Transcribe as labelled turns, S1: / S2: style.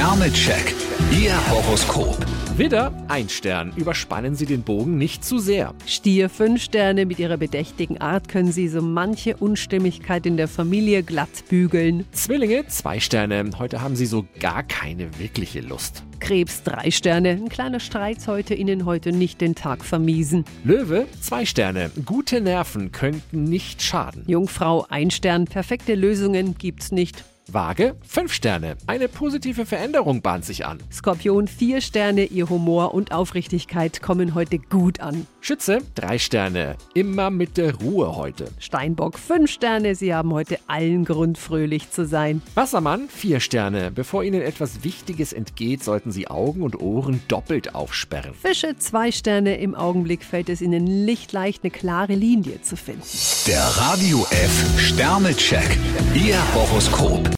S1: Sternecheck. Ihr Horoskop.
S2: Widder, ein Stern. Überspannen Sie den Bogen nicht zu sehr.
S3: Stier, fünf Sterne. Mit ihrer bedächtigen Art können Sie so manche Unstimmigkeit in der Familie glatt bügeln.
S2: Zwillinge, zwei Sterne. Heute haben Sie so gar keine wirkliche Lust.
S3: Krebs, drei Sterne. Ein kleiner Streit sollte Ihnen heute nicht den Tag vermiesen.
S2: Löwe, zwei Sterne. Gute Nerven könnten nicht schaden.
S3: Jungfrau, ein Stern. Perfekte Lösungen gibt's nicht.
S2: Waage, fünf Sterne. Eine positive Veränderung bahnt sich an.
S3: Skorpion, vier Sterne. Ihr Humor und Aufrichtigkeit kommen heute gut an.
S2: Schütze, drei Sterne. Immer mit der Ruhe heute.
S3: Steinbock, fünf Sterne. Sie haben heute allen Grund, fröhlich zu sein.
S2: Wassermann, vier Sterne. Bevor Ihnen etwas Wichtiges entgeht, sollten Sie Augen und Ohren doppelt aufsperren.
S3: Fische, zwei Sterne. Im Augenblick fällt es Ihnen nicht leicht, eine klare Linie zu finden.
S1: Der Radio F Sternecheck. Ihr Horoskop.